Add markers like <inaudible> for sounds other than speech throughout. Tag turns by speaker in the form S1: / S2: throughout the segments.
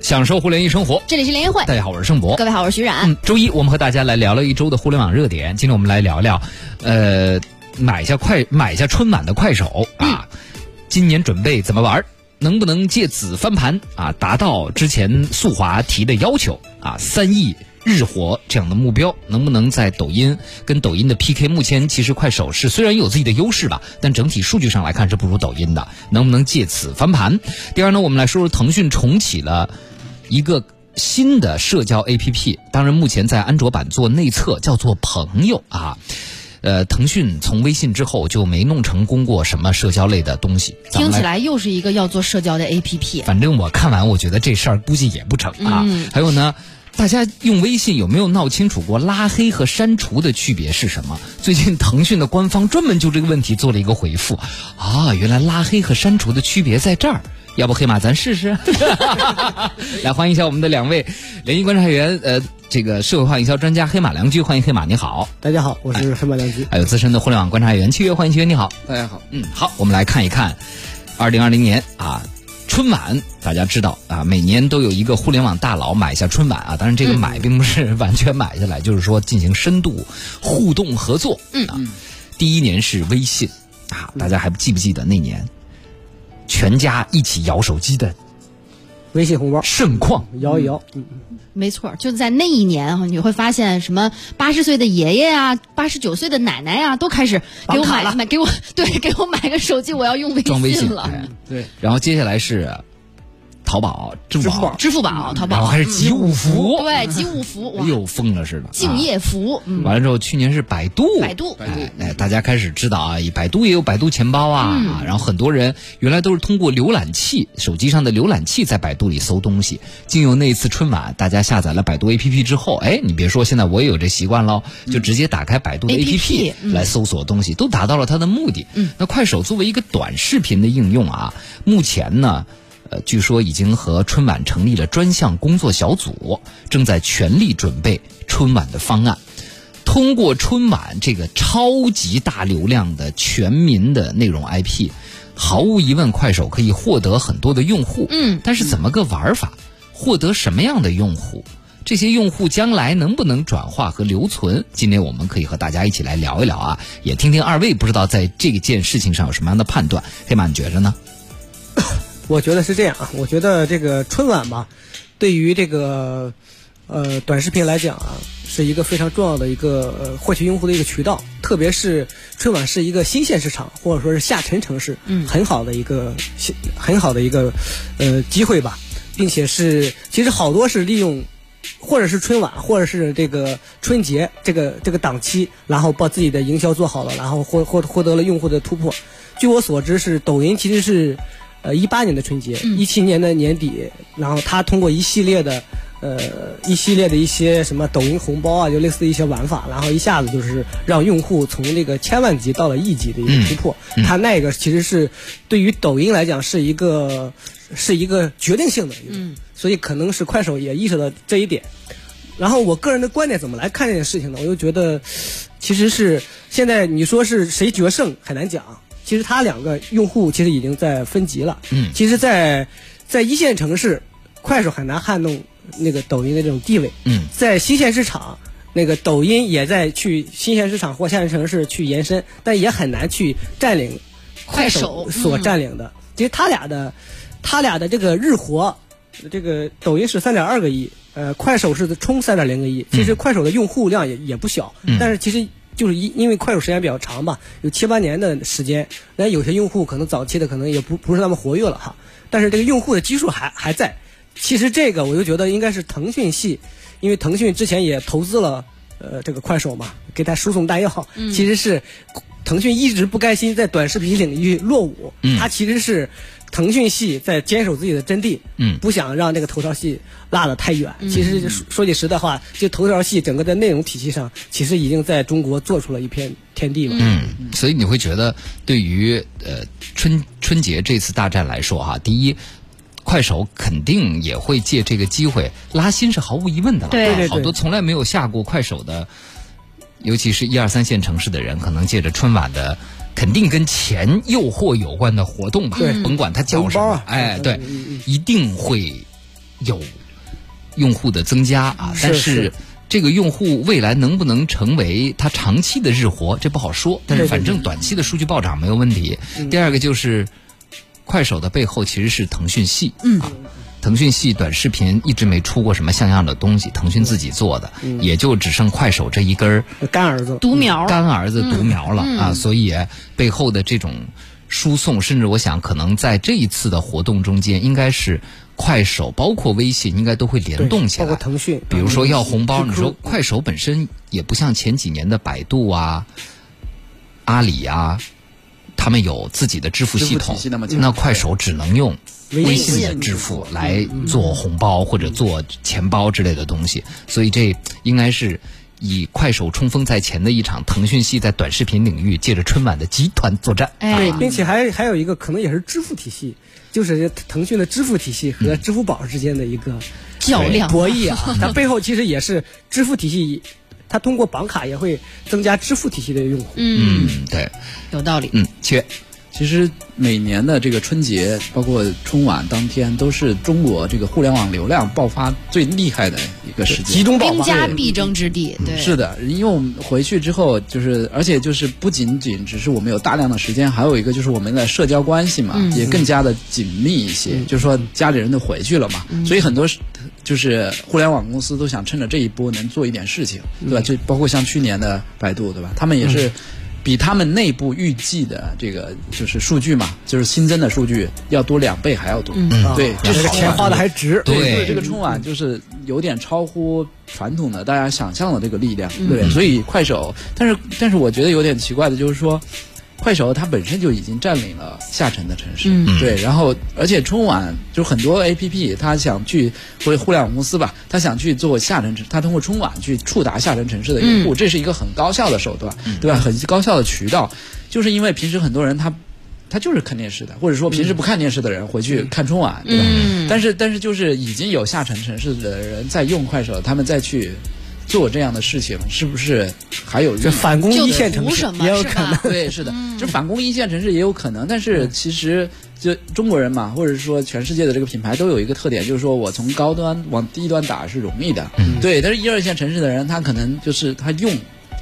S1: 享受互联易生活。
S2: 这里是联谊会，
S1: 大家好，我是盛博
S2: 各。位好，我是徐冉。
S1: 嗯，周一我们和大家来聊聊一周的互联网热点。今天我们来聊聊，呃，买下快买下春晚的快手啊，今年准备怎么玩儿？能不能借此翻盘啊，达到之前速滑提的要求啊，三亿日活这样的目标？能不能在抖音跟抖音的 PK？目前其实快手是虽然有自己的优势吧，但整体数据上来看是不如抖音的。能不能借此翻盘？第二呢，我们来说说腾讯重启了。一个新的社交 APP，当然目前在安卓版做内测，叫做朋友啊。呃，腾讯从微信之后就没弄成功过什么社交类的东西，咱
S2: 听
S1: 们
S2: 起。来又是一个要做社交的 APP。
S1: 反正我看完，我觉得这事儿估计也不成啊。还有呢，大家用微信有没有闹清楚过拉黑和删除的区别是什么？最近腾讯的官方专门就这个问题做了一个回复啊，原来拉黑和删除的区别在这儿。要不黑马咱试 <laughs> 试？来欢迎一下我们的两位联谊观察员，呃，这个社会化营销专家黑马良驹，欢迎黑马，你好。
S3: 大家好，我是黑马良驹。
S1: 还有资深的互联网观察员七月，欢迎七月，你好。
S3: 大家好，
S1: 嗯，好，我们来看一看，二零二零年啊，春晚大家知道啊，每年都有一个互联网大佬买下春晚啊，当然这个买并不是完全买下来，就是说进行深度互动合作。嗯、啊，第一年是微信啊，大家还记不记得那年全家一起摇手机的
S3: 微信红包
S1: 盛况？
S3: 摇一摇，嗯
S2: 没错，就在那一年啊哈，你会发现什么八十岁的爷爷啊，八十九岁的奶奶啊，都开始给我买买给我 <laughs> 对给我买个手机，我要用微
S1: 装微信
S2: 了。
S1: 哎
S3: 对，
S1: 然后接下来是淘宝、支付
S3: 支
S1: 宝
S3: 付宝，
S2: 支付宝、淘
S1: 然后
S2: 宝
S1: 还，是集五福，
S2: 对，集五福，哇
S1: 哎，呦疯了似的，
S2: 敬
S1: 啊
S2: 业福，嗯，
S1: 完了之后，去年是百度，
S2: 百度百
S3: 度
S1: 哎，哎大家开始知道啊，百度也有百度钱包啊，
S2: 嗯
S1: 然后很多人原来都是通过浏览器，手机上的浏览器在百度里搜东西。经由那一次春晚，大家下载了百度 APP 之后，哎，你别说，现在我也有这习惯喽，
S2: 嗯
S1: 就直接打开百度的
S2: APP 嗯
S1: 来搜索东西，都达到了它的目的。嗯，那快手作为一个短视频的应用啊，目前呢。呃，据说已经和春晚成立了专项工作小组，正在全力准备春晚的方案。通过春晚这个超级大流量的全民的内容 IP，毫无疑问，快手可以获得很多的用户。
S2: 嗯，
S1: 但是怎么个玩法？获得什么样的用户？这些用户将来能不能转化和留存？今天我们可以和大家一起来聊一聊啊，也听听二位不知道在这件事情上有什么样的判断。黑马，你觉着呢？
S3: 我觉得是这样啊。我觉得这个春晚吧，对于这个呃短视频来讲啊，是一个非常重要的一个、呃、获取用户的一个渠道，特别是春晚是一个新县市场或者说是下沉城市，嗯，很好的一个很好的一个呃机会吧，并且是其实好多是利用。或者是春晚，或者是这个春节这个这个档期，然后把自己的营销做好了，然后获获获得了用户的突破。据我所知是，抖音其实是，呃，一八年的春节，一七、年的年底，然后他通过一系列的，呃，一系列的一些什么抖音红包啊，就类似的一些玩法，然后一下子就是让用户从这个千万级到了亿级的一个突破。他那个其实是对于抖音来讲是一个是一个决定性的一个，所以可能是快手也意识到这一点。然后我个人的观点怎么来看这件事情呢？我就觉得，其实是现在你说是谁决胜很难讲。其实它两个用户其实已经在分级了。
S1: 嗯
S3: 其实在，在一线城市，快手很难撼动那个抖音的这种地位。
S1: 嗯，
S3: 在新县市场，那个抖音也在去新县市场或下沉城市去延伸，但也很难去占领
S2: 快
S3: 快
S2: 手嗯
S3: 手所占领的。其实他俩的，他俩的这个日活，这个抖音是三点二个亿，呃，快手是冲三点零个亿。其实快手的用户量也也不小，但是其实就是因因为快手时间比较长吧，有七八年的时间，那有些用户可能早期的可能也不不是那么活跃了哈，但是这个用户的基数还还在。其实这个我就觉得应该是腾讯系，因为腾讯之前也投资了呃这个快手嘛，给他输送弹药，其实是腾讯一直不甘心在短视频领域落伍，
S1: 嗯
S3: 它其实是腾讯系在坚守自己的阵地，
S1: 嗯
S3: 不想让这个头条系落得太远。其实说说句实在话，就头条系整个在内容体系上，其实已经在中国做出了一片天地了。
S1: 嗯，所以你会觉得，对于呃春春节这次大战来说哈、第一。快手肯定也会借这个机会拉新是毫无疑问的了，啊
S2: 对对
S3: 对
S1: 好多从来没有下过快手的，尤其是一二三线城市的人，可能借着春晚的，肯定跟钱诱惑有关的活动吧，
S3: 对
S1: 甭管它叫什
S3: 红包
S1: 么
S3: 啊，
S1: 哎，
S3: 嗯
S1: 对
S3: 嗯嗯，
S1: 一定会有用户的增加啊，但
S3: 是是
S1: 这个用户未来能不能成为他长期的日活，这不好说。但是
S3: 对对
S1: 反正短期的数据暴涨没有问题。
S3: 嗯
S1: 第二个就是快手的背后其实是腾讯系，
S2: 嗯
S1: 啊腾讯系短视频一直没出过什么像样的东西，腾讯自己做的，
S3: 嗯
S1: 也就只剩快手这一根儿
S3: 干儿子，
S2: 独苗儿，
S1: 干儿子独苗了、
S3: 嗯
S1: 啊，所以背后的这种输送，甚至我想可能在这一次的活动中间，应该是快手包括微信应该都会联
S3: 对，
S1: 动起
S3: 包括
S1: 来。
S3: 腾讯，
S1: 比如说要红包，
S3: 嗯
S1: 你说快手本身也不像前几年的百度啊、阿里啊，他们有自己的支付系
S4: 支付
S1: 统
S4: 体系那么，强嗯
S1: 那快手只能用微
S3: 微
S1: 信
S3: 信
S1: 的支付来做红包或者做钱包之类的东西，所以这应该是。以快手冲锋在前的一场，腾讯系在短视频领域借着春晚的集团作战。
S2: 哎
S1: 啊，
S3: 并且还还有一个可能也是支付体系，就是腾讯的支付体系
S1: 嗯
S3: 和支付宝之间的一个
S2: 较量
S3: 博弈
S2: <laughs>
S3: 啊，它背后其实也是支付体系，它通过绑卡也会增加支付体系的用户。
S2: 嗯，
S1: 嗯，对，
S2: 有道理。
S1: 嗯，缺
S4: 其实每年的这个春节，包括春晚当天，都是中国这个互联网流量爆发最厉害的一个时
S3: 集
S4: 间。
S3: 中爆
S2: 兵
S3: 发
S2: 家必争之地，对，
S4: 嗯是的，因为我们回去之后，就是而且就是不仅仅只是我们有大量的时间，还有一个就是我们的社交关系嘛，也更加的紧密一些。就是说家里人都回去了嘛，所以很多是就是互联网公司都想趁着这一波能做一点事情，对吧？就包括像去年的百度，对吧？他们也是。比他们内部预计的这个就是数据嘛，就是新增的数据要多两倍还要多，
S3: 啊
S4: 对，这
S3: 这
S4: 是
S3: 个
S4: 好
S3: 钱
S4: 玩
S3: 花的还值。
S1: 对
S4: 所以这个
S2: 嗯
S4: 春晚就是有点超乎传统的大家想象的这个力量，
S2: 嗯
S4: 对不对，所以快手，但是但是我觉得有点奇怪的就是说。快手它本身就已经占领了下沉的城市，
S2: 嗯
S4: 对，然后而且春晚就很多 A P P，它想去或者互联网公司吧，它想去做下沉城，它通过春晚去触达下沉城市的用
S2: 嗯
S4: 户，这是一个很高效的手段，对吧？很高效的渠道，就是因为平时很多人他他就是看电视的，或者说平时不看电视的人回去看春晚，对吧？
S2: 嗯
S4: 但是但是就是已经有下沉城市的人在用快手，他们再去做这样的事情，是不是还有
S3: 这
S4: 用？啊
S3: 反攻
S2: 就
S3: 一线城
S2: 图
S3: 市
S2: 什么
S3: 也有
S2: 是
S3: 可能
S2: 吧？
S4: <laughs> 对，是的，就反攻一线城市也有可能，但是其实就中国人嘛，或者说全世界的这个品牌都有一个特点，就是说我从高端往低端打是容易的，
S3: 嗯
S4: 对，但是一二线城市的人，他可能就是他用。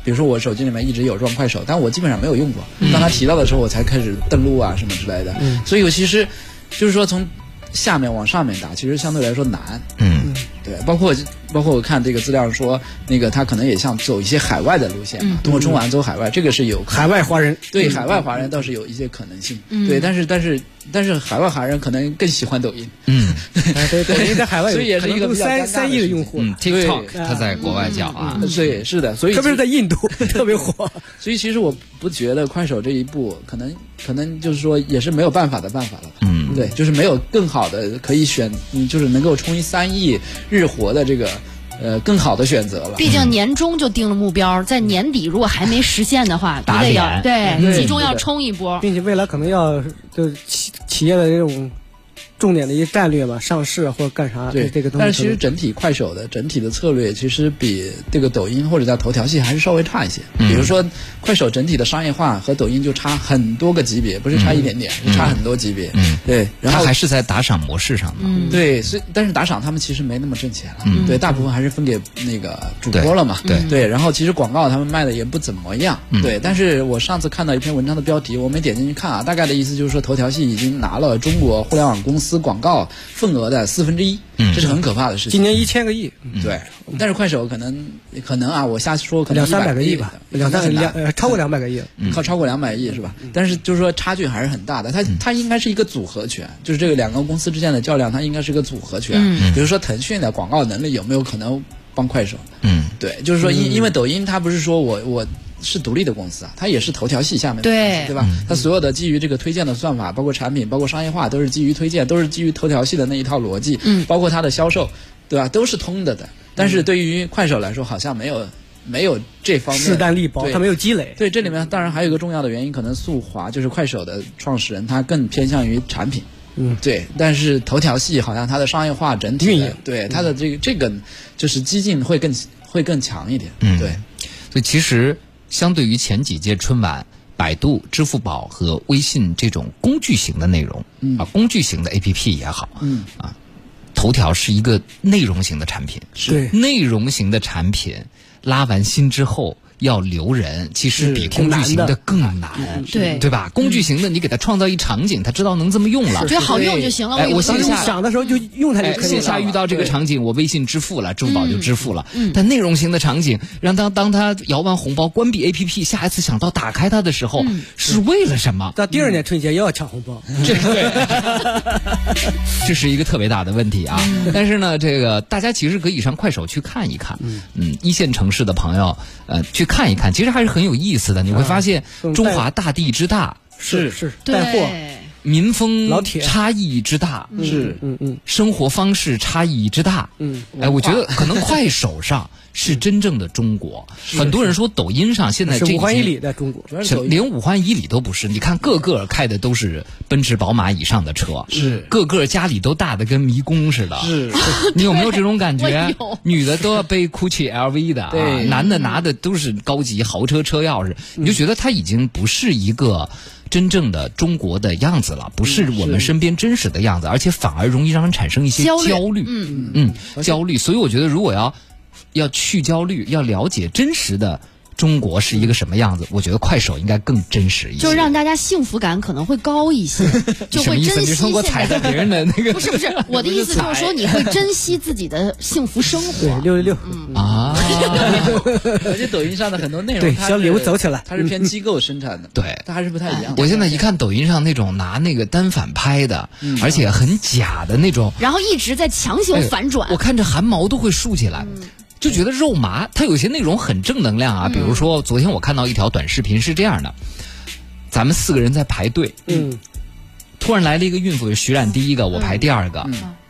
S4: 比如说我手机里面一直有装快手，但我基本上没有用过。当他提到的时候，我才开始登录啊什么之类的。
S3: 嗯
S4: 所以我其实就是说从下面往上面打，其实相对来说难。
S1: 嗯。
S4: 对，包括包括我看这个资料说，那个他可能也想走一些海外的路线
S3: 嗯
S4: 嘛，通过春晚走海外，这个是有可能
S3: 海外华人啊
S4: 对海外华人倒是有一些可能性。
S3: 嗯
S4: 对，但是但是但是海外华人可能更喜欢抖音。
S1: 嗯
S3: 哎对对，因为在海外有
S4: 所以也是一
S3: 可
S4: 个
S3: 能都
S4: 比较尴尬
S3: 三
S4: 的
S3: 三亿的
S4: 事情
S3: 用户，
S1: 嗯，TikTok
S4: 对
S1: 它在国外叫啊，
S4: 对，是呃的，所以
S3: 特别是
S4: 其
S3: 在印度 <laughs> 特别火。
S4: 所以其实我不觉得快手这一步可能可能就是说也是没有办法的办法了吧。
S1: 嗯
S4: 对，就是没有更好的可以选，嗯就是能够冲一三亿日活的这个呃更好的选择了。
S2: 毕
S1: 嗯
S2: 竟年终就定了目标，在年底如果还没实现的话，
S1: 打
S2: 你得
S1: 脸
S2: 要对
S4: 嗯
S2: 集中要
S4: 对
S2: 冲一波。
S3: 并且未来可能要就是企企业的这种重点的一些战略嘛，上市啊或者干啥，
S4: 对
S3: 这个东西。
S4: 但是其实整体快手的整体的策略，其实比这个抖音或者叫头条系还是稍微差一些。
S1: 嗯
S4: 比如说，快手整体的商业化和抖音就差很多个级别，不是差一点点，是差很多级别。
S1: 嗯
S4: 对，然
S1: 它
S4: 后
S1: 还是在打赏模式上的。
S2: 嗯，
S4: 对，所以但是打赏他们其实没那么挣钱了，对，大部分还是分给那个主播了嘛，
S1: 嗯对
S4: 对，然后其实广告他们卖的也不怎么样，
S1: 嗯
S4: 对，但是我上次看到一篇文章的标题，我没点进去看啊，大概的意思就是说头条系已经拿了中国互联网公司广告份额的四分之一，
S1: 嗯
S4: 这是嗯很可怕的事
S3: 今
S4: 情，
S3: 年一千个亿，
S4: 对，但是快手可能可能啊，我瞎说，可能
S3: 两三百
S4: 100
S3: 个亿吧，两三
S4: 很难
S3: 两嗯呃超过两百个亿了。
S4: 靠超过两百亿是吧？但是就是说差距还是很大的，它它应该是一个组合拳，就是这个两个公司之间的较量，它应该是一个组合拳。比如说腾讯的广告能力有没有可能帮快手？
S1: 嗯，
S4: 对，就是说因因为抖音它不是说我我。是独立的公司啊，它也是头条系下面的
S2: 对
S4: 公司对吧？
S3: 嗯
S4: 它所有的基于这个推荐的算法，包括产品，包括商业化，都是基于推荐，都是基于头条系的那一套逻辑，
S2: 嗯
S4: 包括它的销售，对吧？都是通的的。但是对于快手来说，好像没有没有这方面
S3: 势单力薄，
S4: 对
S3: 它没有积累。
S4: 对，这里面当然还有一个重要的原因，可能速滑就是快手的创始人，他更偏向于产品。
S3: 嗯，
S4: 对，但是头条系好像它的商业化整体的
S3: 运营
S4: 对它的这个这个就是激进会更会更强一点。
S1: 嗯
S4: 对，
S1: 所以其实相对于前几届春晚，百度、支付宝和微信这种工具型的内容、
S4: 嗯
S1: 啊，工具型的 APP 也好，
S4: 嗯，
S1: 头条是一个内容型的产品，
S3: 对
S1: 内容型的产品拉完新之后要留人，其实比
S3: 是
S1: 工具型
S3: 挺难的嗯
S1: 更难，
S2: 对
S1: 对吧？工具型的你给他创造一场景，他知道能这么用了
S2: 觉。得好用就行了。
S1: 哎
S2: 有
S1: 我
S2: 时候
S1: 线
S3: 当
S1: 下
S3: 你想的时候就用它就
S1: 哎，
S3: 可以了。
S1: 线下遇到这个
S3: 对嗯
S1: 场景，我微信支付了，支付宝就支付了。但内容型的场景，让他当他摇完红包、关闭 APP，下一次想到打开它的时候，
S3: 嗯
S1: 是为了什
S3: <laughs>
S1: 么？
S3: 到第二年春节又要抢红包，
S1: 这对， <laughs> 这是一个特别大的问题啊。
S3: 嗯
S1: 但是呢，这个大家其实可以上快手去看一看，嗯，一线城市的朋友，呃，去看一看，其实还是很有意思的。你会发现
S3: 嗯，
S1: 中华大地之大，
S3: 是是带货，
S2: 对，
S1: 民风
S3: 老铁
S1: 差异之大，
S4: 是
S3: 嗯嗯
S1: 生活方式差异之大，
S3: 嗯，
S1: 哎，我觉得可能快手上
S3: <laughs>
S1: 是真正的中国。很多人说抖音上现在
S3: 是
S1: 这
S3: 五环
S1: 几
S3: 以
S1: 天
S3: 里的中国，
S4: 主要是
S1: 是
S4: 抖音
S1: 连五环以里都不是，你看个个开的都是奔驰、宝马以上的车，
S4: 是
S1: 个个家里都大的跟迷宫似的。
S4: 是
S1: <laughs> 你有没有这种感
S2: 我
S1: 觉
S2: 有？
S1: 女的都要背 GUCCI、LV 的啊
S4: 对，
S1: 男的拿的都是高级豪车车钥匙，你就觉得它已经不是一个真正的中国的样子了，不嗯是我们身边真实的样子，而且反而容易让人产生一些
S2: 焦虑
S1: 焦虑。
S2: 嗯
S1: 嗯，焦虑。所以我觉得，如果要要去焦虑，要了解真实的中国是一个什么样子，我觉得快手应该更真实一些。
S2: 就让大家幸福感可能会高一些，就
S1: 什么
S2: 会
S1: 意
S2: 珍
S1: 思？
S2: 惜
S1: 你通
S2: 现
S1: 过踩在
S2: 在。
S1: 别人的那个
S2: <laughs> 不是不是，我的意思就是说，你会珍惜自己的幸福生
S3: 对
S2: 活。
S3: 六六六，
S2: 嗯
S1: 啊，
S4: 而且抖音上的很多内容，
S3: 对
S4: 它
S3: 小
S4: 是
S3: 礼物走起来
S4: 它是偏机构生产的，
S1: 对
S4: 它还是不太一样。
S1: 我现在一看抖音上那种拿那个单反拍的，而且很假的那种，
S2: 然后一直在强
S1: 哎
S2: 行
S1: 呦
S2: 反转
S1: 我，看着汗毛都会竖起来。就觉得肉麻，它有些内容很正能量啊，比如说昨天我看到一条短视频是这样的，咱们四个人在排队，
S3: 嗯，
S1: 突然来了一个孕妇，徐冉第一个，我排第二个，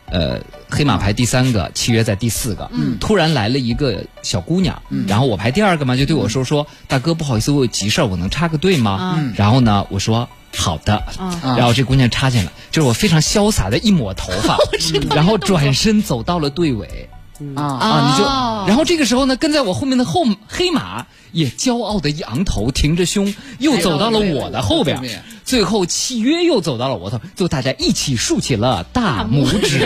S1: 呃，黑马排第三个，契约在第四个。突然来了一个小姑娘，然后我排第二个嘛，就对我说说，大哥不好意思，我有急事儿，我能插个队吗？
S2: 嗯
S1: 然后呢，我说。好的，
S4: 啊
S2: 嗯
S1: 然后这姑娘插进来，就是我非常潇洒的一抹头发，嗯然后转身走到了队尾
S4: 啊，
S1: 啊，你就，
S2: 哦
S1: 然后这个时候呢，跟在我后面的后黑马也骄傲的一昂头，挺着胸又走到了我的后边
S4: 后面，
S1: 最后契约又走到了我头，最后大家一起竖起了大拇指，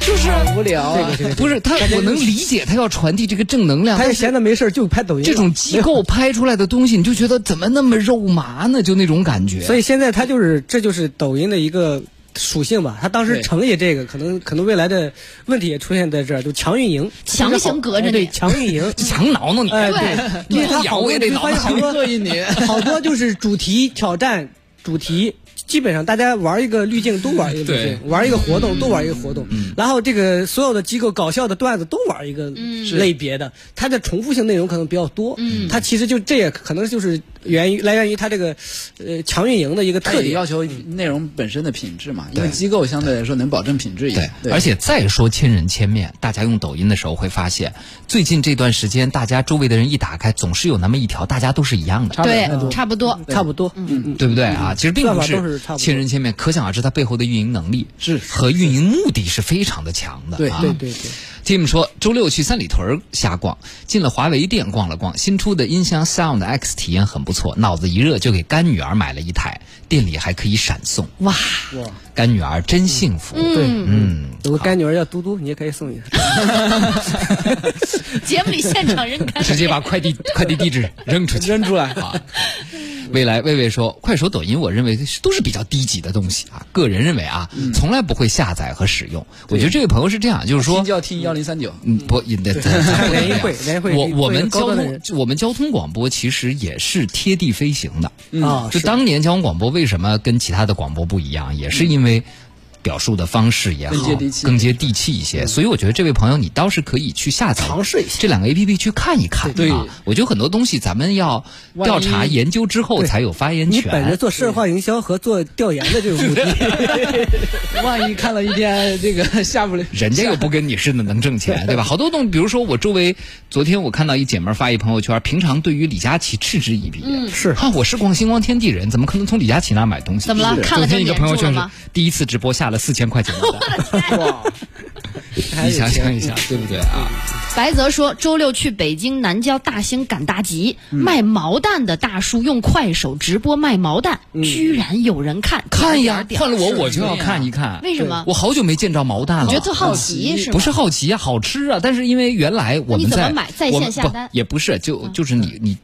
S1: 就是
S4: 无聊啊，
S1: <laughs> 不是他，我能理解他要传递这个正能量，
S3: 他
S1: 但
S3: 也
S1: 是
S3: 闲的没事儿就拍抖音，
S1: 这种机构拍出来的东西，你就觉得怎么那么肉麻呢？就那种感觉。。
S3: 所以现在它就是，这就是抖音的一个属性吧。它当时
S4: 对
S3: 成也这个，可能可能未来的问题也出现在这儿，就强运营，
S2: 强行隔着你
S3: 哎对，强运营
S1: 强挠挠你，
S3: <laughs> 哎，
S2: 对
S1: 你
S3: 因为它
S1: 不咬
S3: 好多
S1: 我也得
S3: 你
S1: 挠
S3: 发现好
S1: 挠。
S3: 多
S4: 膈应你
S3: <laughs> 好多就是主题挑战主题。基本上大家玩一个滤镜都玩一个滤
S1: 对
S3: 镜，玩一个活动都玩一个活动，然后这个所有的机构搞笑的段子都玩一个类别的，它的重复性内容可能比较多，它其实就这也可能就是源于来源于它这个呃强运营的一个
S4: 它
S3: 特
S4: 也
S3: 点
S4: 要。求内容本身的品质嘛，因为机构相对来说能保证品质一
S1: 对
S4: 点，，
S1: 而且再说千人千面，大家用抖音的时候会发现，最近这段时间，大家周围的人一打开，总是有那么一条，大家都是一样的，
S4: 差不
S2: 对
S4: 太多，。
S2: 差不多，
S3: 差不多，嗯嗯，
S1: 对不对啊？其实并不
S3: 算法都是差不多
S1: 千人千面，可想而知，它背后的运营能力
S4: 是
S1: 和运营目的是非常的强的。
S4: 对
S1: 啊、
S3: 对对对，
S1: Tim 说，周六去三里屯儿瞎逛，进了华为店逛了逛，新出的音箱 Sound X 体验很不错，脑子一热就给干女儿买了一台，店里还可以闪送，
S2: 哇，
S1: 干女儿真幸福。
S2: 嗯，
S1: 嗯
S3: 有个干女儿叫嘟嘟，你也可以送一下。
S2: 节目里现场人感
S1: 直接把快递快递地址扔出去，扔出
S4: <laughs>
S1: 来啊！未来魏魏说，快手、抖音，我认为是都是比较低级的东西啊。个人认为啊，
S3: 嗯
S1: 从来不会下载和使用。我觉得这位朋友是这样，就是说
S4: 听就，要听幺零三九，
S1: 嗯，不，
S3: <laughs>
S1: 也得咱咱不能这样
S3: 联谊会联谊会
S1: 我
S3: 是
S1: 我们
S3: 高
S1: 交
S3: 端的
S1: 通
S3: 人
S1: 我们交通广播其实也是贴地飞行的。
S3: 啊，
S1: 就是当年交通广播为什么跟其他的广播不一样，也是因为表述的方式也好，
S4: 更接地气
S1: 更接地气一些。所以我觉得这位朋友，你倒是可以去下载
S3: 尝试一下
S1: 这两个 A P P 去看一看。
S4: 对
S1: 啊，我觉得很多东西咱们要调查
S4: 万一
S1: 研究之后才有发言
S3: 你本着
S1: 权。
S3: 做社会化营销和做调研的这种目的，
S4: <laughs> 万一看了一天这个 <laughs> 下不了，哎
S1: 人家又不跟你似的能挣
S2: <laughs>
S1: 钱，对吧？好多东西，比如说我周围，昨天我看到一姐们儿发一朋友圈，平常对于李佳琦嗤之以鼻，
S2: 嗯
S3: 是
S1: 啊，我是逛星光天地人，怎么可能从李佳琦那儿买东西？
S2: 怎么了
S1: 是
S2: 看了
S1: 昨天
S2: 就
S1: 一个
S2: 黏
S1: 朋友
S2: 住了
S1: 圈是
S2: 吗 <laughs>
S1: 第一次直播下了四千块钱的单，
S4: 哇，
S1: <laughs> 你想想一下，对不对啊？
S2: 白泽说，周六去北京南郊大兴赶大集，
S1: 嗯
S2: 卖毛蛋的大叔用快手直播卖毛蛋，居然有人看，
S1: 嗯看
S2: 点
S1: 呀
S2: 儿，点儿
S1: 换了我
S2: 是
S1: 我就要看一看。
S2: 为什么？
S1: 我好久没见着毛蛋了，
S2: 你觉得特好奇是吗？
S1: 不是好奇啊，好吃啊，但是因为原来我
S2: 那你
S1: 们
S2: 怎么
S1: 在
S2: 买在
S1: 我
S2: 线
S1: 们
S2: 下
S1: 不
S2: 单嗯
S1: 也不是，就就是你你。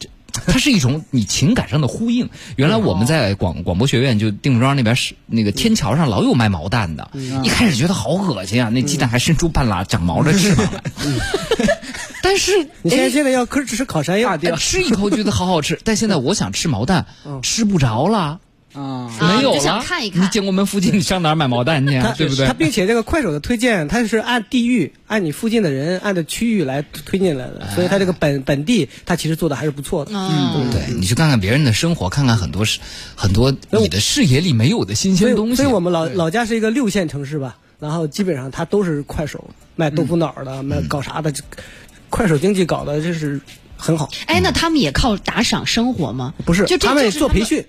S1: 它是一种你情感上的呼应。原
S2: 嗯
S1: 来我们在广广播学院就定庄那边是那个天桥上老有卖毛蛋的，
S2: 嗯
S1: 一开始觉得好恶心啊，那鸡蛋还伸出半拉长毛的翅膀来。
S2: 嗯
S1: <laughs> 但
S2: <laughs>
S1: 是
S3: 你现在现在要吭哧吃烤山药，
S1: 哎吃一口觉得好好吃，但现在我想吃毛蛋，吃不着了，
S4: 啊，
S2: 嗯啊
S1: 没有
S2: 你就想
S1: 了
S2: 看一看
S1: 你建国门附近，你上哪儿买毛蛋
S4: 哎
S1: 去啊？对不对？
S3: 它并且这个快手的推荐，它是按地域、按你附近的人、按的区域来推荐来
S4: 哎
S3: 的，所以它这个本本地，它其实做的还是不错的。
S2: 嗯，
S1: 对，你去看看别人的生活，看看很多是很多你的视野里没有的新
S3: 所
S1: 鲜
S3: 以，
S1: 东西。
S3: 所以我们老老家是一个六线城市吧，然后基本上它都是快手卖豆
S4: 嗯
S3: 腐脑儿的，卖搞啥的，这快手经济搞的真是很好。
S2: 哎，那他们也靠打赏生活吗？
S3: 不是，
S2: 就这
S3: 他们
S2: 就
S3: 也
S2: 是
S3: 做
S2: 他们
S3: 培训，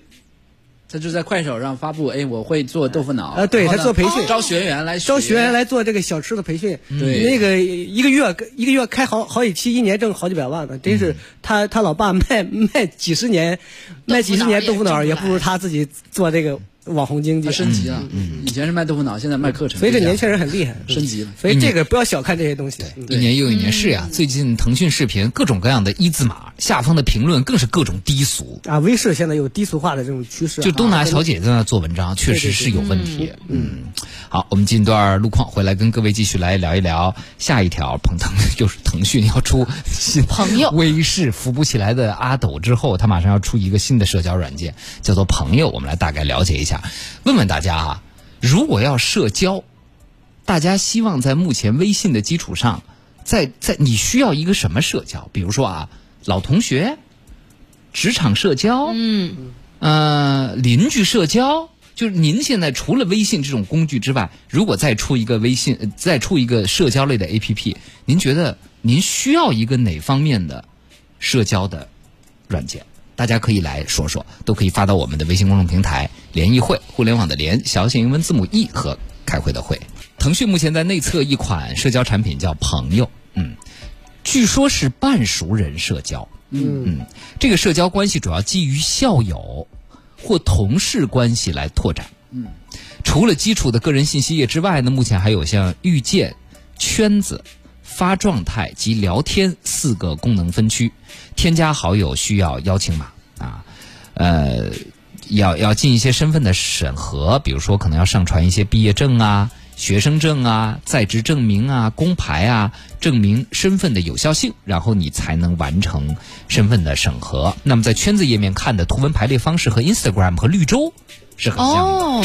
S4: 他就在快手上发布，哎，我会做豆腐脑
S3: 啊对
S4: 然后
S3: 他
S4: 呢
S3: 做培训
S4: 招学员来
S3: 招学员来做这个小吃的培训。
S4: 对
S3: 那个一个月一个月开好好几期，一年挣好几百万呢，真是他他老爸卖卖几十年，卖几十年
S2: 豆
S3: 豆
S2: 腐
S3: 腐
S2: 脑
S3: 脑
S2: 儿
S3: 儿
S2: 也
S3: 也
S2: 挣不
S3: 不如他自己做这个网红经济嗯
S4: 他。升级了，啊
S1: 嗯
S4: 以前是卖豆腐脑，现在卖课程，
S3: 所以这
S4: 不一样
S3: 年轻人很厉害，
S4: 升级了
S3: 所以这个不要小看这些东西。嗯
S1: 一年又一年是呀、最近腾讯视频各种各样的一字马，下方的评论更是各种低俗，
S3: 啊，微视现在有低俗化的这种趋势啊，
S1: 就都拿小姐姐在那做文章，确实是有问题。嗯，好，我们进段路况，回来跟各位继续来聊一聊下一条。彭腾 <laughs> 就是腾讯要出新
S2: 朋友
S1: 微视扶不起来的阿斗之后，他马上要出一个新的社交软件，叫做朋友。我们来大概了解一下，问问大家啊，如果要社交，大家希望在目前微信的基础上，在在你需要一个什么社交？比如说啊，老同学。职场社交，
S2: 嗯，
S1: 呃，邻居社交，就是您现在除了微信这种工具之外，如果再出一个微信，呃再出一个社交类的 APP，您觉得您需要一个哪方面的社交的软件？大家可以来说说，都可以发到我们的微信公众平台“联谊会”，互联网的“联”，小写英文字母 “e” 和开会的“会”。腾讯目前在内测一款社交产品，叫“朋友”，嗯，据说是半熟人社交。嗯，这个社交关系主要基于校友或同事关系来拓展。嗯，除了基础的个人信息业之外呢，目前还有像遇见、圈子、发状态及聊天四个功能分区。添加好友需要邀请码啊，呃，要要进一些身份的审核，比如说可能要上传一些毕业证啊、学生证啊、在职证明啊、工牌啊，证明身份的有效性，然后你才能完成身份的审核。那么在圈子页面看的图文排列方式和 Instagram 和绿洲是很像的。
S2: 哦。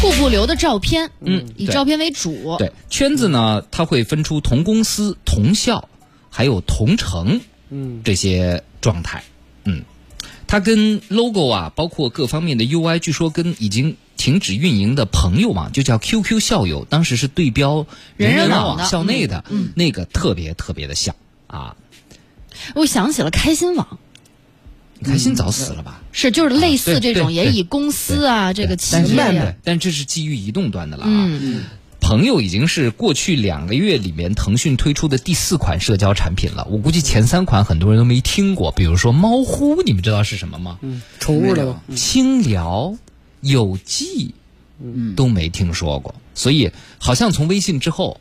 S2: 瀑布流的照片，
S1: 嗯
S2: 以
S1: 对
S2: 照片为主，
S1: 对，圈子呢，它会分出同公司、同校，还有同城，嗯，这些状态，嗯，它跟 logo 啊，包括各方面的 UI，据说跟已经停止运营的朋友网，就叫 QQ 校友，当时是对标
S2: 人人
S1: 人
S2: 网
S1: 网
S2: 的
S1: 校内的，嗯那个特别特别的像啊，
S2: 我想起了开心网，
S1: 你看心早死了吧？
S2: 是就是类似
S1: 啊对
S2: 这种，
S1: 对
S2: 也以公司啊这个企
S1: 但是
S2: 业
S1: 对
S2: 呀，
S1: 但这是基于移动端的了啊。
S2: 嗯，
S1: 朋友已经是过去两个月里面腾讯推出的第四款社交产品了。我估计前三款很多人都没听过，比如说猫呼，你们知道是什么吗？
S3: 宠物的嘛，
S1: 清聊、有记，都没听说过。所以好像从微信之后，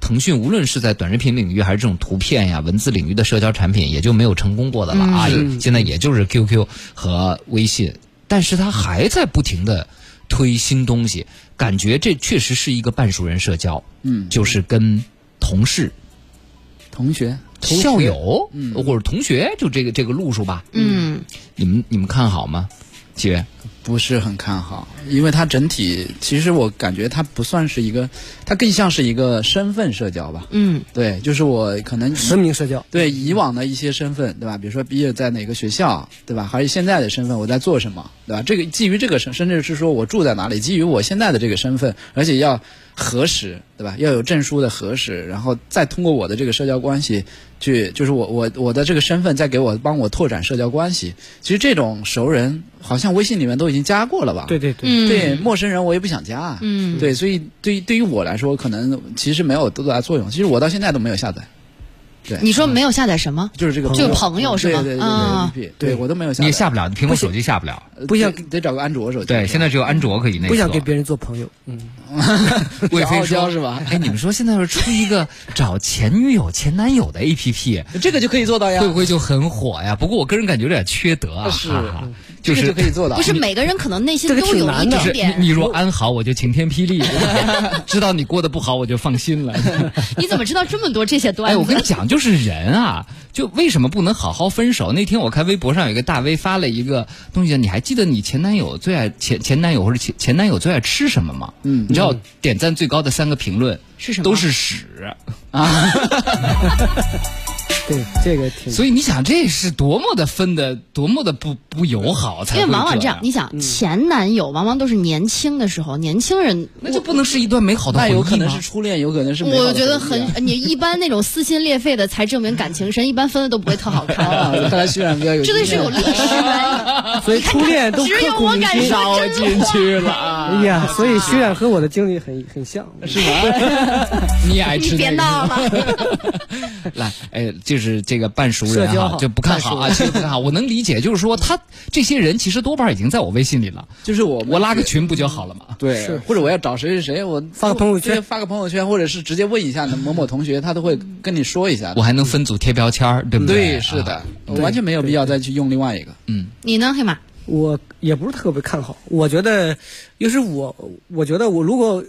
S1: 腾讯无论是在短视频领域还是这种图片呀、文字领域的社交产品，也就没有成功过的了啊。也现在也就是 QQ 和微信，但是它还在不停的推新东西，感觉这确实是一个半熟人社交，
S4: 嗯
S1: 就是跟同事、
S4: 同学，
S1: 校友、或者同学，嗯就这个这个路数吧。
S2: 嗯，
S1: 你们你们看好吗？七月，
S4: 不是很看好，因为它整体其实我感觉它不算是一个，它更像是一个身份社交吧。
S2: 嗯，
S4: 对，就是我可能
S3: 实名社交。
S4: 对以往的一些身份，对吧？比如说毕业在哪个学校，对吧？还有现在的身份，我在做什么，对吧？这个基于这个身，甚至是说我住在哪里，基于我现在的这个身份，而且要核实，对吧？要有证书的核实，然后再通过我的这个社交关系去，就是我我我的这个身份再给我帮我拓展社交关系。其实这种熟人，好像微信里面都已经经加过了吧？
S3: 对对对，
S2: 嗯，
S4: 对，陌生人我也不想加啊。
S2: 嗯，
S4: 对，所以对于对于我来说，可能其实没有多大作用。其实我到现在都没有下载，
S2: 你说没有下载什么？
S4: 就是这个嗯
S2: 就是朋友是吗？
S4: 对对对
S2: 啊，
S4: 对对，对我都没有下
S1: 你
S4: 载，
S1: 也下不了，你苹果手机下不了。
S4: 呃
S3: 不想
S4: 得得找个安卓手机。啊
S1: 对，现在只有安卓可以那个。啊
S3: 不想跟别人做朋友，嗯，
S1: 贵
S4: 比较
S1: 妃
S4: 傲娇
S1: 说
S4: 是吧
S1: 哎，你们说现在要是出一个找前女友、前男友的 APP，
S4: 这个就可以做到呀
S1: 会，不会就很火呀？不过我个人感觉有点缺德啊，
S4: 啊是
S1: 哈哈，
S4: 这
S1: 就
S4: 个
S1: 是
S4: 就可以做到。
S2: 不是每个人可能内心
S3: 这个
S2: 都
S3: 挺
S2: 有一
S3: 难的
S1: 就
S2: 点
S1: 是
S2: 点。
S1: 你你若安好，我就晴天霹雳；知道你过得不好，我就放心了。
S2: 你怎么知道这么多这些
S1: 哎，
S2: 段
S1: 我
S2: 子？
S1: 跟你讲，就是人啊，就为什么不能好好分手？那天我看微博上有一个大 V 发了一个东西，你还记得你前男友最爱前前男友或者前前男友最爱吃什么吗？嗯，你知道点赞最高的三个评论
S2: 是什么
S1: 都是屎，
S3: 对，这个挺。
S1: 所以你想这是多么的分的，多么的不不友好才
S2: 因
S1: 会
S2: 为往往
S1: 这
S2: 这样，你
S3: 嗯
S2: 想前男友往往都是年轻的时候，年轻人
S1: 那就不能是一段美好的
S4: 那
S1: 回忆
S4: 有可能
S1: 吗
S4: 是初恋，有可能是美好的
S2: 我觉得
S4: 回忆啊
S2: 很，你一般那种撕心裂肺的才证明感情深，一般分的都不会特
S1: <laughs>
S2: 好看。
S4: <laughs> 啊，看来徐冉比较有
S2: 真的是
S4: 经验
S2: 有历史原
S3: 所以初恋都
S2: 因，只
S3: 刻
S2: 有
S3: 骨
S2: 我
S3: 铭
S2: 敢
S3: 心。
S2: 说真话。
S1: 去了啊，
S3: 哎呀，所以虽然和我的经历很很像，
S1: 你也爱 <laughs>
S2: 你
S1: 吃
S2: 别
S1: 那个。
S2: 闹了，
S1: 来，哎，就是这个半熟人
S3: 社交
S1: 哈，
S3: 好
S1: 就不看好啊，其实不看好。我能理解，就是说他这些人其实多半已经在我微信里了，
S4: 就是我
S1: 我拉个群不就好了吗？
S4: 对，或者我要找谁谁谁，我
S3: 发个朋友圈
S4: 对发个朋友圈，或者是直接问一下某某同学，他都会跟你说一下
S1: 我。还能分组贴标签儿，对不
S4: 对，
S1: 啊
S4: 是的，完全没有必要再去用另外一个。
S2: 你呢，黑马？
S3: 我也不是特别看好。我觉得，要是我，我觉得我如果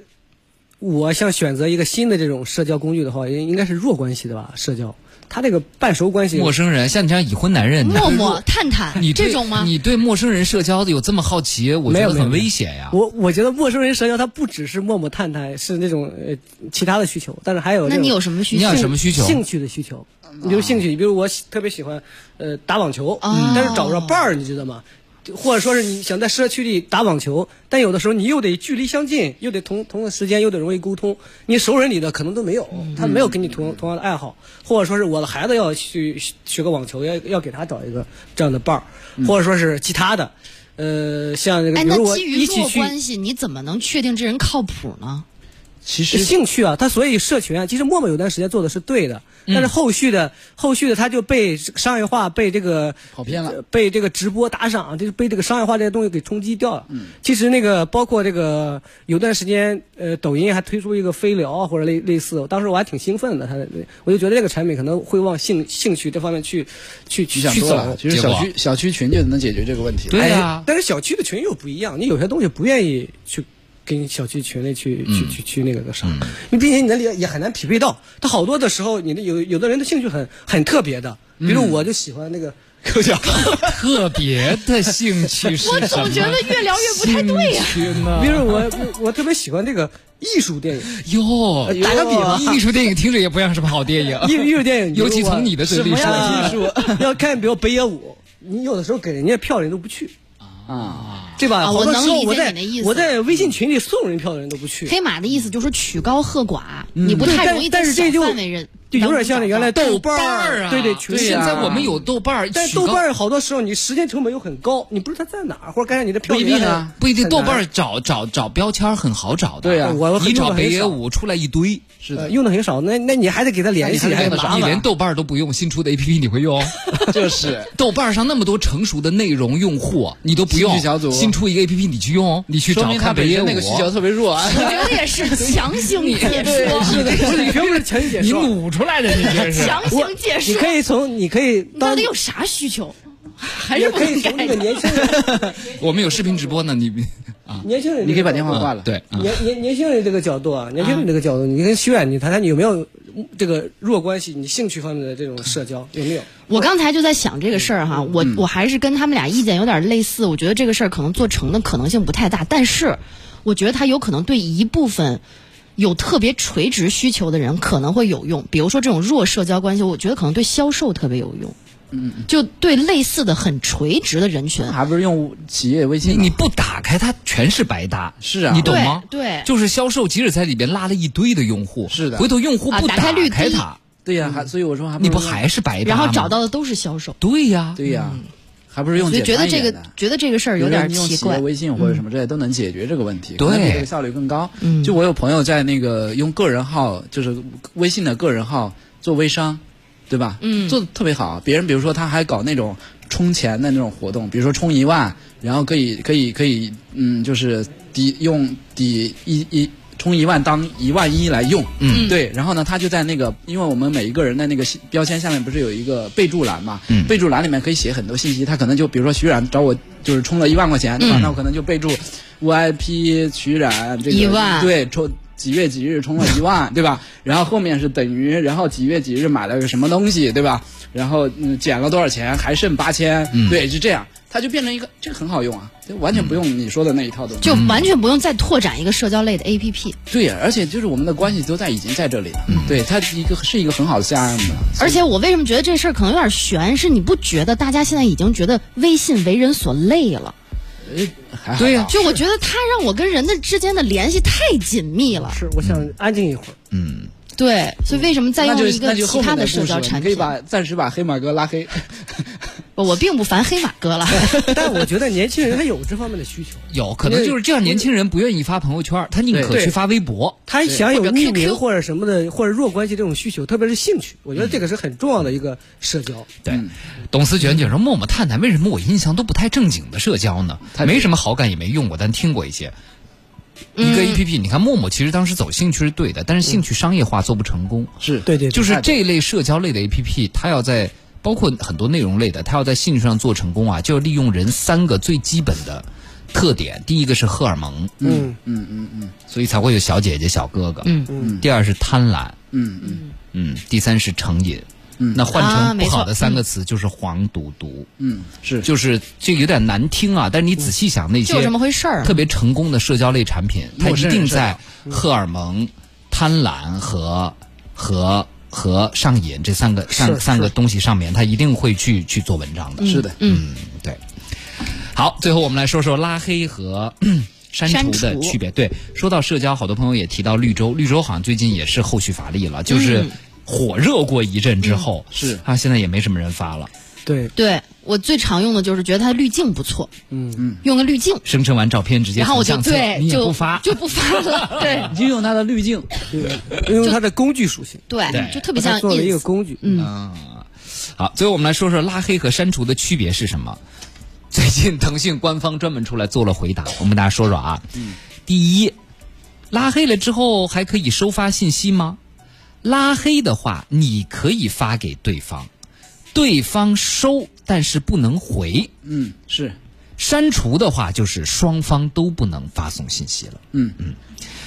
S3: 我想选择一个新的这种社交工具的话，应应该是弱关系的吧？社交，他这个半熟关系，
S1: 陌生人，像你这样已婚男人，你
S2: 默
S1: 对
S2: 默、探探
S1: <laughs> 你对
S2: 这种吗？
S1: 你对陌生人社交的有这么好奇，我觉
S3: 没有
S1: 得
S3: 没
S1: 很
S3: 有
S1: 危险呀。
S3: 我我觉得陌生人社交，它不只是默默探探，是那种呃其他的需求，但是还有
S2: 那
S3: 这种
S2: 你有什么需
S1: 你
S2: 求
S1: 要？什么需求
S3: 兴趣的需求，你比如兴趣，你比如我喜特别喜欢呃打网球，
S2: 哦
S3: 但是找不着伴儿，你知道吗？就或者说是你想在社区里打网球，但有的时候你又得距离相近，又得同同个时间，又得容易沟通。你熟人里的可能都没有，
S2: 嗯
S3: 他没有跟你同同样的爱好，或者说是我的孩子要去学学个网球，要要给他找一个这样的伴儿，或者说是其他的，呃，像这
S2: 嗯
S3: 个
S2: 哎，
S3: 比
S2: 那
S3: 如我
S2: 基于
S3: 一起
S2: 弱
S3: 去
S2: 关系，你怎么能确定这人靠谱呢？
S4: 其实
S3: 兴趣啊，他所以社群啊，其实陌陌有段时间做的是对的，
S4: 嗯
S3: 但是后续的后续的他就被商业化，被这个
S4: 跑偏了
S3: 呃被这个直播打赏，啊就是被这个商业化这些东西给冲击掉了。
S4: 嗯
S3: 其实那个包括这个有段时间，呃，抖音还推出一个飞聊啊或者类类似，当时我还挺兴奋的，他我就觉得这个产品可能会往兴兴趣这方面去去
S4: 你
S3: 去
S4: 想
S3: 去
S4: 多
S3: 走。
S4: 了，其实
S1: 结果
S4: 小区小区群就能解决这个问题。
S1: 对啊呀
S3: 哎，但是小区的群又不一样，你有些东西不愿意去跟小区群里去、去
S1: 嗯
S3: 去去那个的啥，你并且你的也也很难匹配到。他好多的时候，你的有有的人的兴趣很很特别的，比如
S1: 嗯
S3: 我就喜欢那个
S1: <laughs>
S3: 抠脚，
S1: 特别的兴趣是
S2: 我
S1: <laughs> 什
S2: 总
S1: 么
S2: 觉得越聊越不太对呀、
S1: 兴趣呢
S3: 比如我我特别喜欢这个艺术
S1: <laughs>
S3: 电影，
S4: 哎
S1: 哟，
S3: 打个比方
S1: 艺术电影听着也不像什么好电影，
S3: 艺艺术电影，
S1: 尤其从你的
S3: 的
S1: 嘴里
S4: 什么呀
S1: 说，
S3: 艺术要看，比如北野武，你有的时候给人家票人都不去。
S4: 啊，
S3: 对吧？
S2: 啊
S3: 好
S2: 我
S3: 多
S2: 能
S3: 时候
S2: 理
S3: 我
S2: 解
S3: 在
S2: 你的意思
S3: 我在微信群里送人票的人都不去，嗯
S2: 黑马的意思就是说曲高和寡，你不
S3: 对
S2: 太
S3: 但
S2: 容易在
S3: 但是
S2: 小
S3: 这就
S2: 范围人，
S3: 就有点像原来
S1: 豆
S3: 瓣
S1: 儿啊，
S3: 对对，群
S1: 现
S3: 呀
S1: 在我们有豆瓣儿，
S3: 但
S1: 曲
S3: 豆
S1: 高
S3: 瓣儿好多时候你时间成本又很高，你不知道它在哪儿，或者干啥你的票
S4: 不一定啊
S3: 源
S1: 不一定，
S3: 很难
S1: 豆瓣儿找找找标签儿很好找的。
S4: 对呀
S3: 我很
S1: 你
S3: 用
S1: 找
S3: 得很
S1: 北野
S3: 少
S1: 武出来一堆，
S4: 是
S3: 呃
S4: 的，
S3: 用的很少，那那你还得给他联系，
S4: 那你哎还
S3: 还
S4: 得
S3: 得
S4: 麻烦
S1: 你
S3: 麻
S1: 连
S3: 烦。
S1: 豆瓣儿都不用，新出的 APP 你会
S4: <laughs>
S1: 用？
S4: 就是
S1: 豆瓣儿上那么多成熟的内容用户，你都不用
S4: 兴趣小组
S1: 新出一个 APP 你去用，你去
S4: 说
S1: 找
S4: 明他
S1: 看
S4: 本
S1: 北野
S4: 身
S1: 武
S4: 那个需求特别弱啊。
S2: 我觉得也是
S3: <laughs>
S2: 强行解说，
S3: 是的，是的，你全部是强行解
S1: <laughs> 你
S3: 说。
S1: 努出来的，你这
S4: <laughs>
S1: 是。
S2: 强行解
S3: 你
S2: 说，
S3: 可以从，你可以
S2: 到
S3: 当
S2: 底，有啥需求？还
S3: 也
S2: 是不
S3: 可以
S2: 能
S3: 从那个
S2: 改？
S3: 年轻人，
S1: 我们有视频直播呢，你
S3: 年轻人这个角度，
S4: <laughs> 你可以把电话挂了。
S1: 对，嗯
S3: 年年年轻人这个角度啊，年轻人这个角度，你跟徐远，你谈谈你有没有这个弱关系，你兴趣方面的这种社交有没有？
S2: 我刚才就在想这个事儿哈，
S4: 嗯
S2: 我我还是跟他们俩意见有点类似，我觉得这个事儿可能做成的可能性不太大，但是我觉得它有可能对一部分。有特别垂直需求的人可能会有用，比如说这种弱社交关系，我觉得可能对销售特别有用，嗯，就对类似的很垂直的人群，
S4: 还不是用企业微
S1: 你
S4: 信呢？
S1: 你不打开它，全是白搭。
S4: 是啊
S1: 你懂吗？
S2: 对对
S1: 就是销售，即使在里边拉了一堆的用户，
S4: 是的
S1: 回头用户
S2: 啊
S1: 不
S2: 打开率低
S1: 它，
S4: 对呀，还所以我说还
S1: 你不
S4: 如用
S1: 还是白搭
S2: 然
S1: 吗？
S2: 后找到的都是销售。
S1: 对呀，
S4: 对呀，还不是用
S2: 嗯所以
S4: 简
S2: 觉得
S4: 单一
S2: 这
S4: 点的。
S2: 个觉得这个事儿有点
S4: 比如说你
S2: 奇
S4: 用企业
S2: 怪。
S4: 微信或者什么之类都能解决这个问题，
S1: 对
S4: 可能比这个效率更高。
S2: 嗯
S4: 就我有朋友在那个用个人号，就是微信的个人号做微商，对吧？
S2: 嗯
S4: 做的特别好。别人比如说他还搞那种充钱的那种活动，比如说充一万，然后可以可以可以，嗯，就是抵用抵一一。充一万当一万一来用，
S1: 嗯
S4: 对，然后呢，他就在那个，因为我们每一个人的那个信标签下面不是有一个备注栏嘛，
S1: 嗯
S4: 备注栏里面可以写很多信息，他可能就比如说徐冉找我就是充了一万块钱，对吧？
S1: 嗯
S4: 那我可能就备注 VIP 徐冉这个
S2: 一万
S4: 对，充几月几日充了
S2: <laughs>
S4: 一万，对吧？然后后面是等于，然后几月几日买了个什么东西，对吧？然后嗯，减了多少钱，还剩八千、
S1: 嗯
S4: 对，就这样，它就变成一个，这个很好用啊，就完全不用你说的那一套东西。
S2: 就完全不用再拓展一个社交类的 A P P，
S4: 对呀，而且就是我们的关系都在已经在这里了，对，它一个是一个很好的嗯 CRM 了，
S2: 而且我为什么觉得这事儿可能有点悬？是你不觉得大家现在已经觉得微信为人所累了？
S4: 呃还好
S1: 对呀
S4: 吧
S2: 就我觉得它让我跟人的之间的联系太紧密了。
S3: 是，我想安静一会儿。
S1: 嗯，
S2: 对，所以为什么再
S4: 那
S2: 用
S4: 就
S2: 一
S4: 那
S2: 个
S4: 就
S2: 其
S4: 后
S2: 他
S4: 面的
S2: 社交
S4: 故事了
S2: 产
S4: 你可以
S2: 品？
S4: 把暂时把黑马哥拉黑，
S2: 不我并不烦黑马哥了。
S3: 但我觉得年轻人他有这方面的需求，
S1: 有可能就是这样，年轻人不愿意发朋友圈，他宁可
S3: 对
S1: 去发微博。
S3: 他想有
S2: 或者
S3: 匿
S2: QQ
S3: 名或者什么的，或者弱关系这种需求，特别是兴趣，我觉得这个是很重要的一个社交。
S1: 对
S4: 嗯，
S1: 董思卷卷说：“默默探探，为什么我印象都不太正经的社交呢？
S4: 太
S1: 没什么好感，也没用过，但听过一些。
S2: 嗯
S1: 一个 A P P，你看默默其实当时走兴趣是对的，但是兴趣商业化做不成功，
S4: 是
S3: 对对，
S1: 就
S3: 就是
S1: 这类社交类的 A P P，它要在包括很多内容类的，它要在兴趣上做成功啊，就要利用人三个最基本的特点。第一个是荷尔蒙，
S3: 嗯，
S4: 嗯嗯嗯
S1: 所以才会有小姐姐、小哥哥。
S2: 嗯
S3: 嗯
S1: 第二是贪婪，
S4: 嗯嗯
S1: 嗯，第三是成瘾。
S4: 嗯
S1: 那换
S2: 啊
S1: 成
S2: 没
S1: 不好
S2: 错
S1: 的三个词就是黄赌毒，
S4: 嗯，是
S1: 就是这有点难听啊。但是你仔细想，那
S2: 就有
S1: 些
S2: 这么回事儿。
S1: 特别成功的社交类产品，它
S4: 陌
S1: 一
S4: 生人
S1: 定
S4: 社
S1: 在荷尔蒙、贪婪和和和上瘾这三个三
S3: 是
S1: 三个东西上面，它一定会去去做文章的。
S4: 是的，
S1: 嗯，对。好，最后我们来说说拉黑和删除
S2: 删
S1: 的
S2: 除
S1: 区别。对，说到社交，好多朋友也提到绿洲，绿洲好像最近也是后续乏力了，就是
S2: 嗯
S1: 火热过一阵之后，
S4: 是
S1: 啊，现在也没什么人发了。
S3: 对，
S2: 对我最常用的就是觉得它滤镜不错，
S3: 嗯，
S2: 用个滤镜，
S1: 生成完照片直接
S2: 然后我
S1: 横
S2: 就
S1: 相册，
S2: 对
S1: 你也
S2: 就
S1: 不发，
S2: 就不发了。对
S4: 你就用它的滤镜，
S3: 用它的工具属性，
S1: 对
S2: 对，就特别
S3: 把它
S2: 像
S3: 作为
S2: ins
S3: 一个工具。
S2: 嗯
S1: 嗯，好，最后我们来说说拉黑和删除的区别是什么。 <laughs> 最近腾讯官方专门出来做了回答，我们跟大家说说啊。第一，拉黑了之后还可以收发信息吗？拉黑的话，你可以发给对方，对方收，但是不能回。
S4: 嗯是
S1: 删除的话，就是双方都不能发送信息了。
S4: 嗯
S1: 嗯，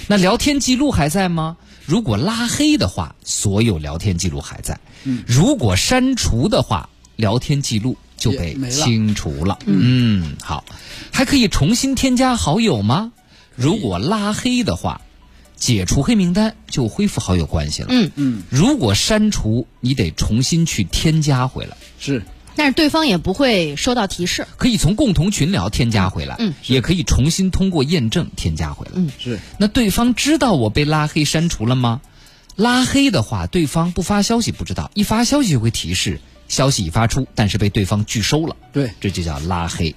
S1: 那聊天记录还在吗？如果拉黑的话，所有聊天记录还在；
S4: 嗯
S1: 如果删除的话，聊天记录就被
S4: 也没了
S1: 清除了。嗯，好，还可以重新添加好友吗？如果拉黑的话，解除黑名单就恢复好友关系了。
S2: 嗯
S4: 嗯
S1: 如果删除，你得重新去添加回来。
S4: 是
S2: 但是对方也不会收到提示。
S1: 可以从共同群聊添加回来，
S2: 嗯
S1: 也可以重新通过验证添加回来。
S2: 嗯
S4: 是
S1: 那对方知道我被拉黑删除了吗？拉黑的话，对方不发消息不知道，一发消息就会提示消息已发出，但是被对方拒收了，
S4: 对
S1: 这就叫拉黑。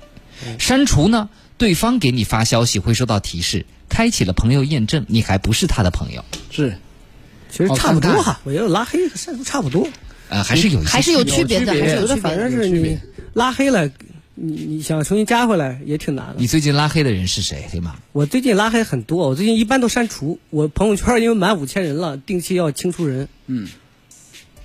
S3: 嗯
S1: 删除呢，对方给你发消息会收到提示，开启了朋友验证，你还不是他的朋友，
S4: 是
S3: 其实
S4: 好
S3: 差不多
S4: 看看
S3: 哈，我觉得拉黑和删除差不多。
S1: 呃，还是有一些
S2: 还是有区别的，
S4: 有区别
S2: 还是
S3: 我觉
S2: 有
S3: 得
S2: 区别
S3: 反
S2: 的。
S3: 正是
S4: 有区
S3: 你
S4: 别
S3: 拉黑了，你你想重新加回来也挺难的
S1: 你。最近拉黑的人是谁，黑马？
S3: 我最近拉黑很多，我最近一般都删除。我朋友圈因为满五千人了，定期要清除人
S4: 嗯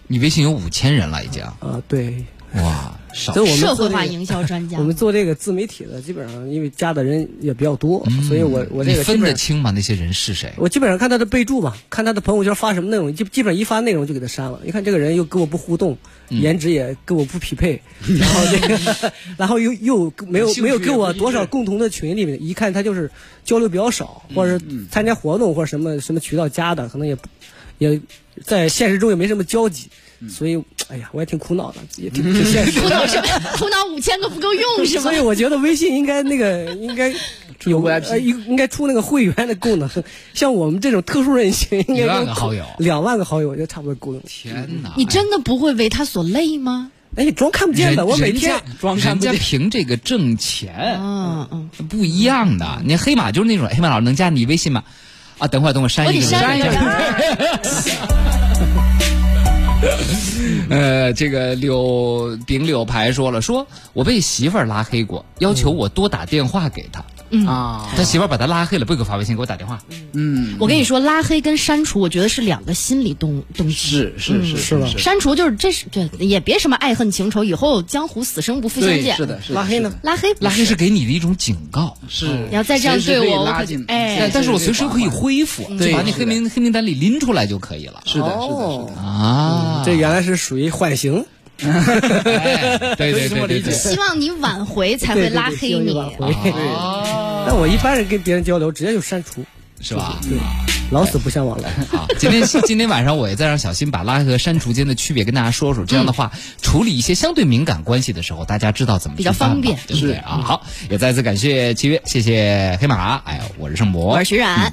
S1: 你微信有五千人了已经，
S3: 啊。对，
S1: 哇，少
S3: 所以我们
S2: 社
S3: 做
S2: 会
S3: 这
S2: 化
S3: 个
S2: 营销专家
S3: 我，们做这个自媒体的，基本上因为加的人也比较多，所以我我
S1: 嗯
S3: 这
S1: 你
S3: 个基
S1: 分
S3: 本
S1: 得
S3: 上
S1: 清吗？那些人是谁？
S3: 我基本上看他的备注吧，看他的朋友圈发什么内容，基基本上一发内容就给他删了。一看这个人又跟我不互动，
S1: 嗯
S3: 颜值也跟我不
S1: <laughs>
S3: 匹配，然后这个， <laughs> 然后又又没有
S4: 兴趣
S3: 没有跟我
S4: 也不一致
S3: 多少共同的群里面，一看他就是交流比较少，
S1: 嗯
S3: 或者是参加活动或者什么什么渠道加的，可能也不也在现实中也没什么交集，
S1: 嗯
S3: 所以哎呀，我也挺苦恼的，也
S1: <laughs>
S3: 挺挺现实
S2: 苦
S3: 的。 <laughs>
S2: 恼什么？苦恼五千个不够用是吗
S3: 所以？我觉得微信应该那个应该
S4: 出
S3: 有
S4: VIP
S3: 呃应应该出那个会员的功能，像我们这种特殊人群应该
S1: 一万
S3: 都
S1: 个好友
S3: 两万个好友就差不多够用。
S1: 天哪！
S2: 你真的不会为他所累吗？
S3: 哎，你装看不见的，
S1: 人
S3: 我每
S1: 人
S3: 天
S1: 家
S4: 装看
S1: 人
S4: 不
S1: 家
S4: 见
S1: 凭这个挣钱，
S2: 嗯嗯，
S1: 不一样的。你黑马就是那种，哎黑马老师能加你微信吗？啊，等会儿等我
S3: 哎
S1: 删
S2: 我
S1: 一
S2: 得
S1: 个。
S2: 删一个人儿。
S1: 呃，这个柳丙柳牌说了，说我被媳妇儿拉黑过，要求我多打电话给她。
S2: 嗯
S4: 啊，
S1: 他媳妇儿把他拉黑了，不给我发微信，给我打电话。
S4: 嗯，
S2: 我跟你说，拉黑跟删除，我觉得是两个心理动动机。
S4: 是是是
S3: 是吧
S4: 是
S2: 删除嗯就是这是对，也别什么爱恨情仇，以后江湖死生不复相
S4: 对，
S2: 见。
S4: 是的，是的
S3: 拉黑呢
S4: 是的
S2: 拉黑不
S1: 拉黑是给你的一种警告，
S4: 是，
S2: 你要再这样对我
S4: 随时可以
S2: 我
S4: 拉
S2: 可
S4: 进，
S2: 哎
S1: 但但是我随时可以恢复，
S4: 对
S1: 就把你
S4: 是
S1: 黑名黑名单里拎出来就可以了。
S4: 是的，是的，是
S3: 哦
S4: 的，
S1: 啊，
S3: 这原来是属于缓刑，
S1: 哎对对
S4: 这么
S1: 对对
S4: 理解
S1: 对。
S2: 希望你挽回才会
S3: 对对对
S2: 拉黑
S3: 希望
S2: 你。
S3: 挽回
S1: 哦，
S3: <laughs> 但我一般人跟别人交流，直接就删除，
S1: 是吧？
S3: 对，老死不相往来。
S1: <laughs> 好，啊今天今天晚上我也再让小新把拉黑和删除间的区别跟大家说说，这样的话，处理一些相对敏感关系的时候，大家知道怎么
S2: 嗯比较
S1: 去办
S2: 方
S1: 嘛
S2: 便
S1: 对不对
S4: 是
S1: 啊？好，也再次感谢七月，谢谢黑马，哎，我是盛博，
S2: 我是徐冉
S1: 嗯见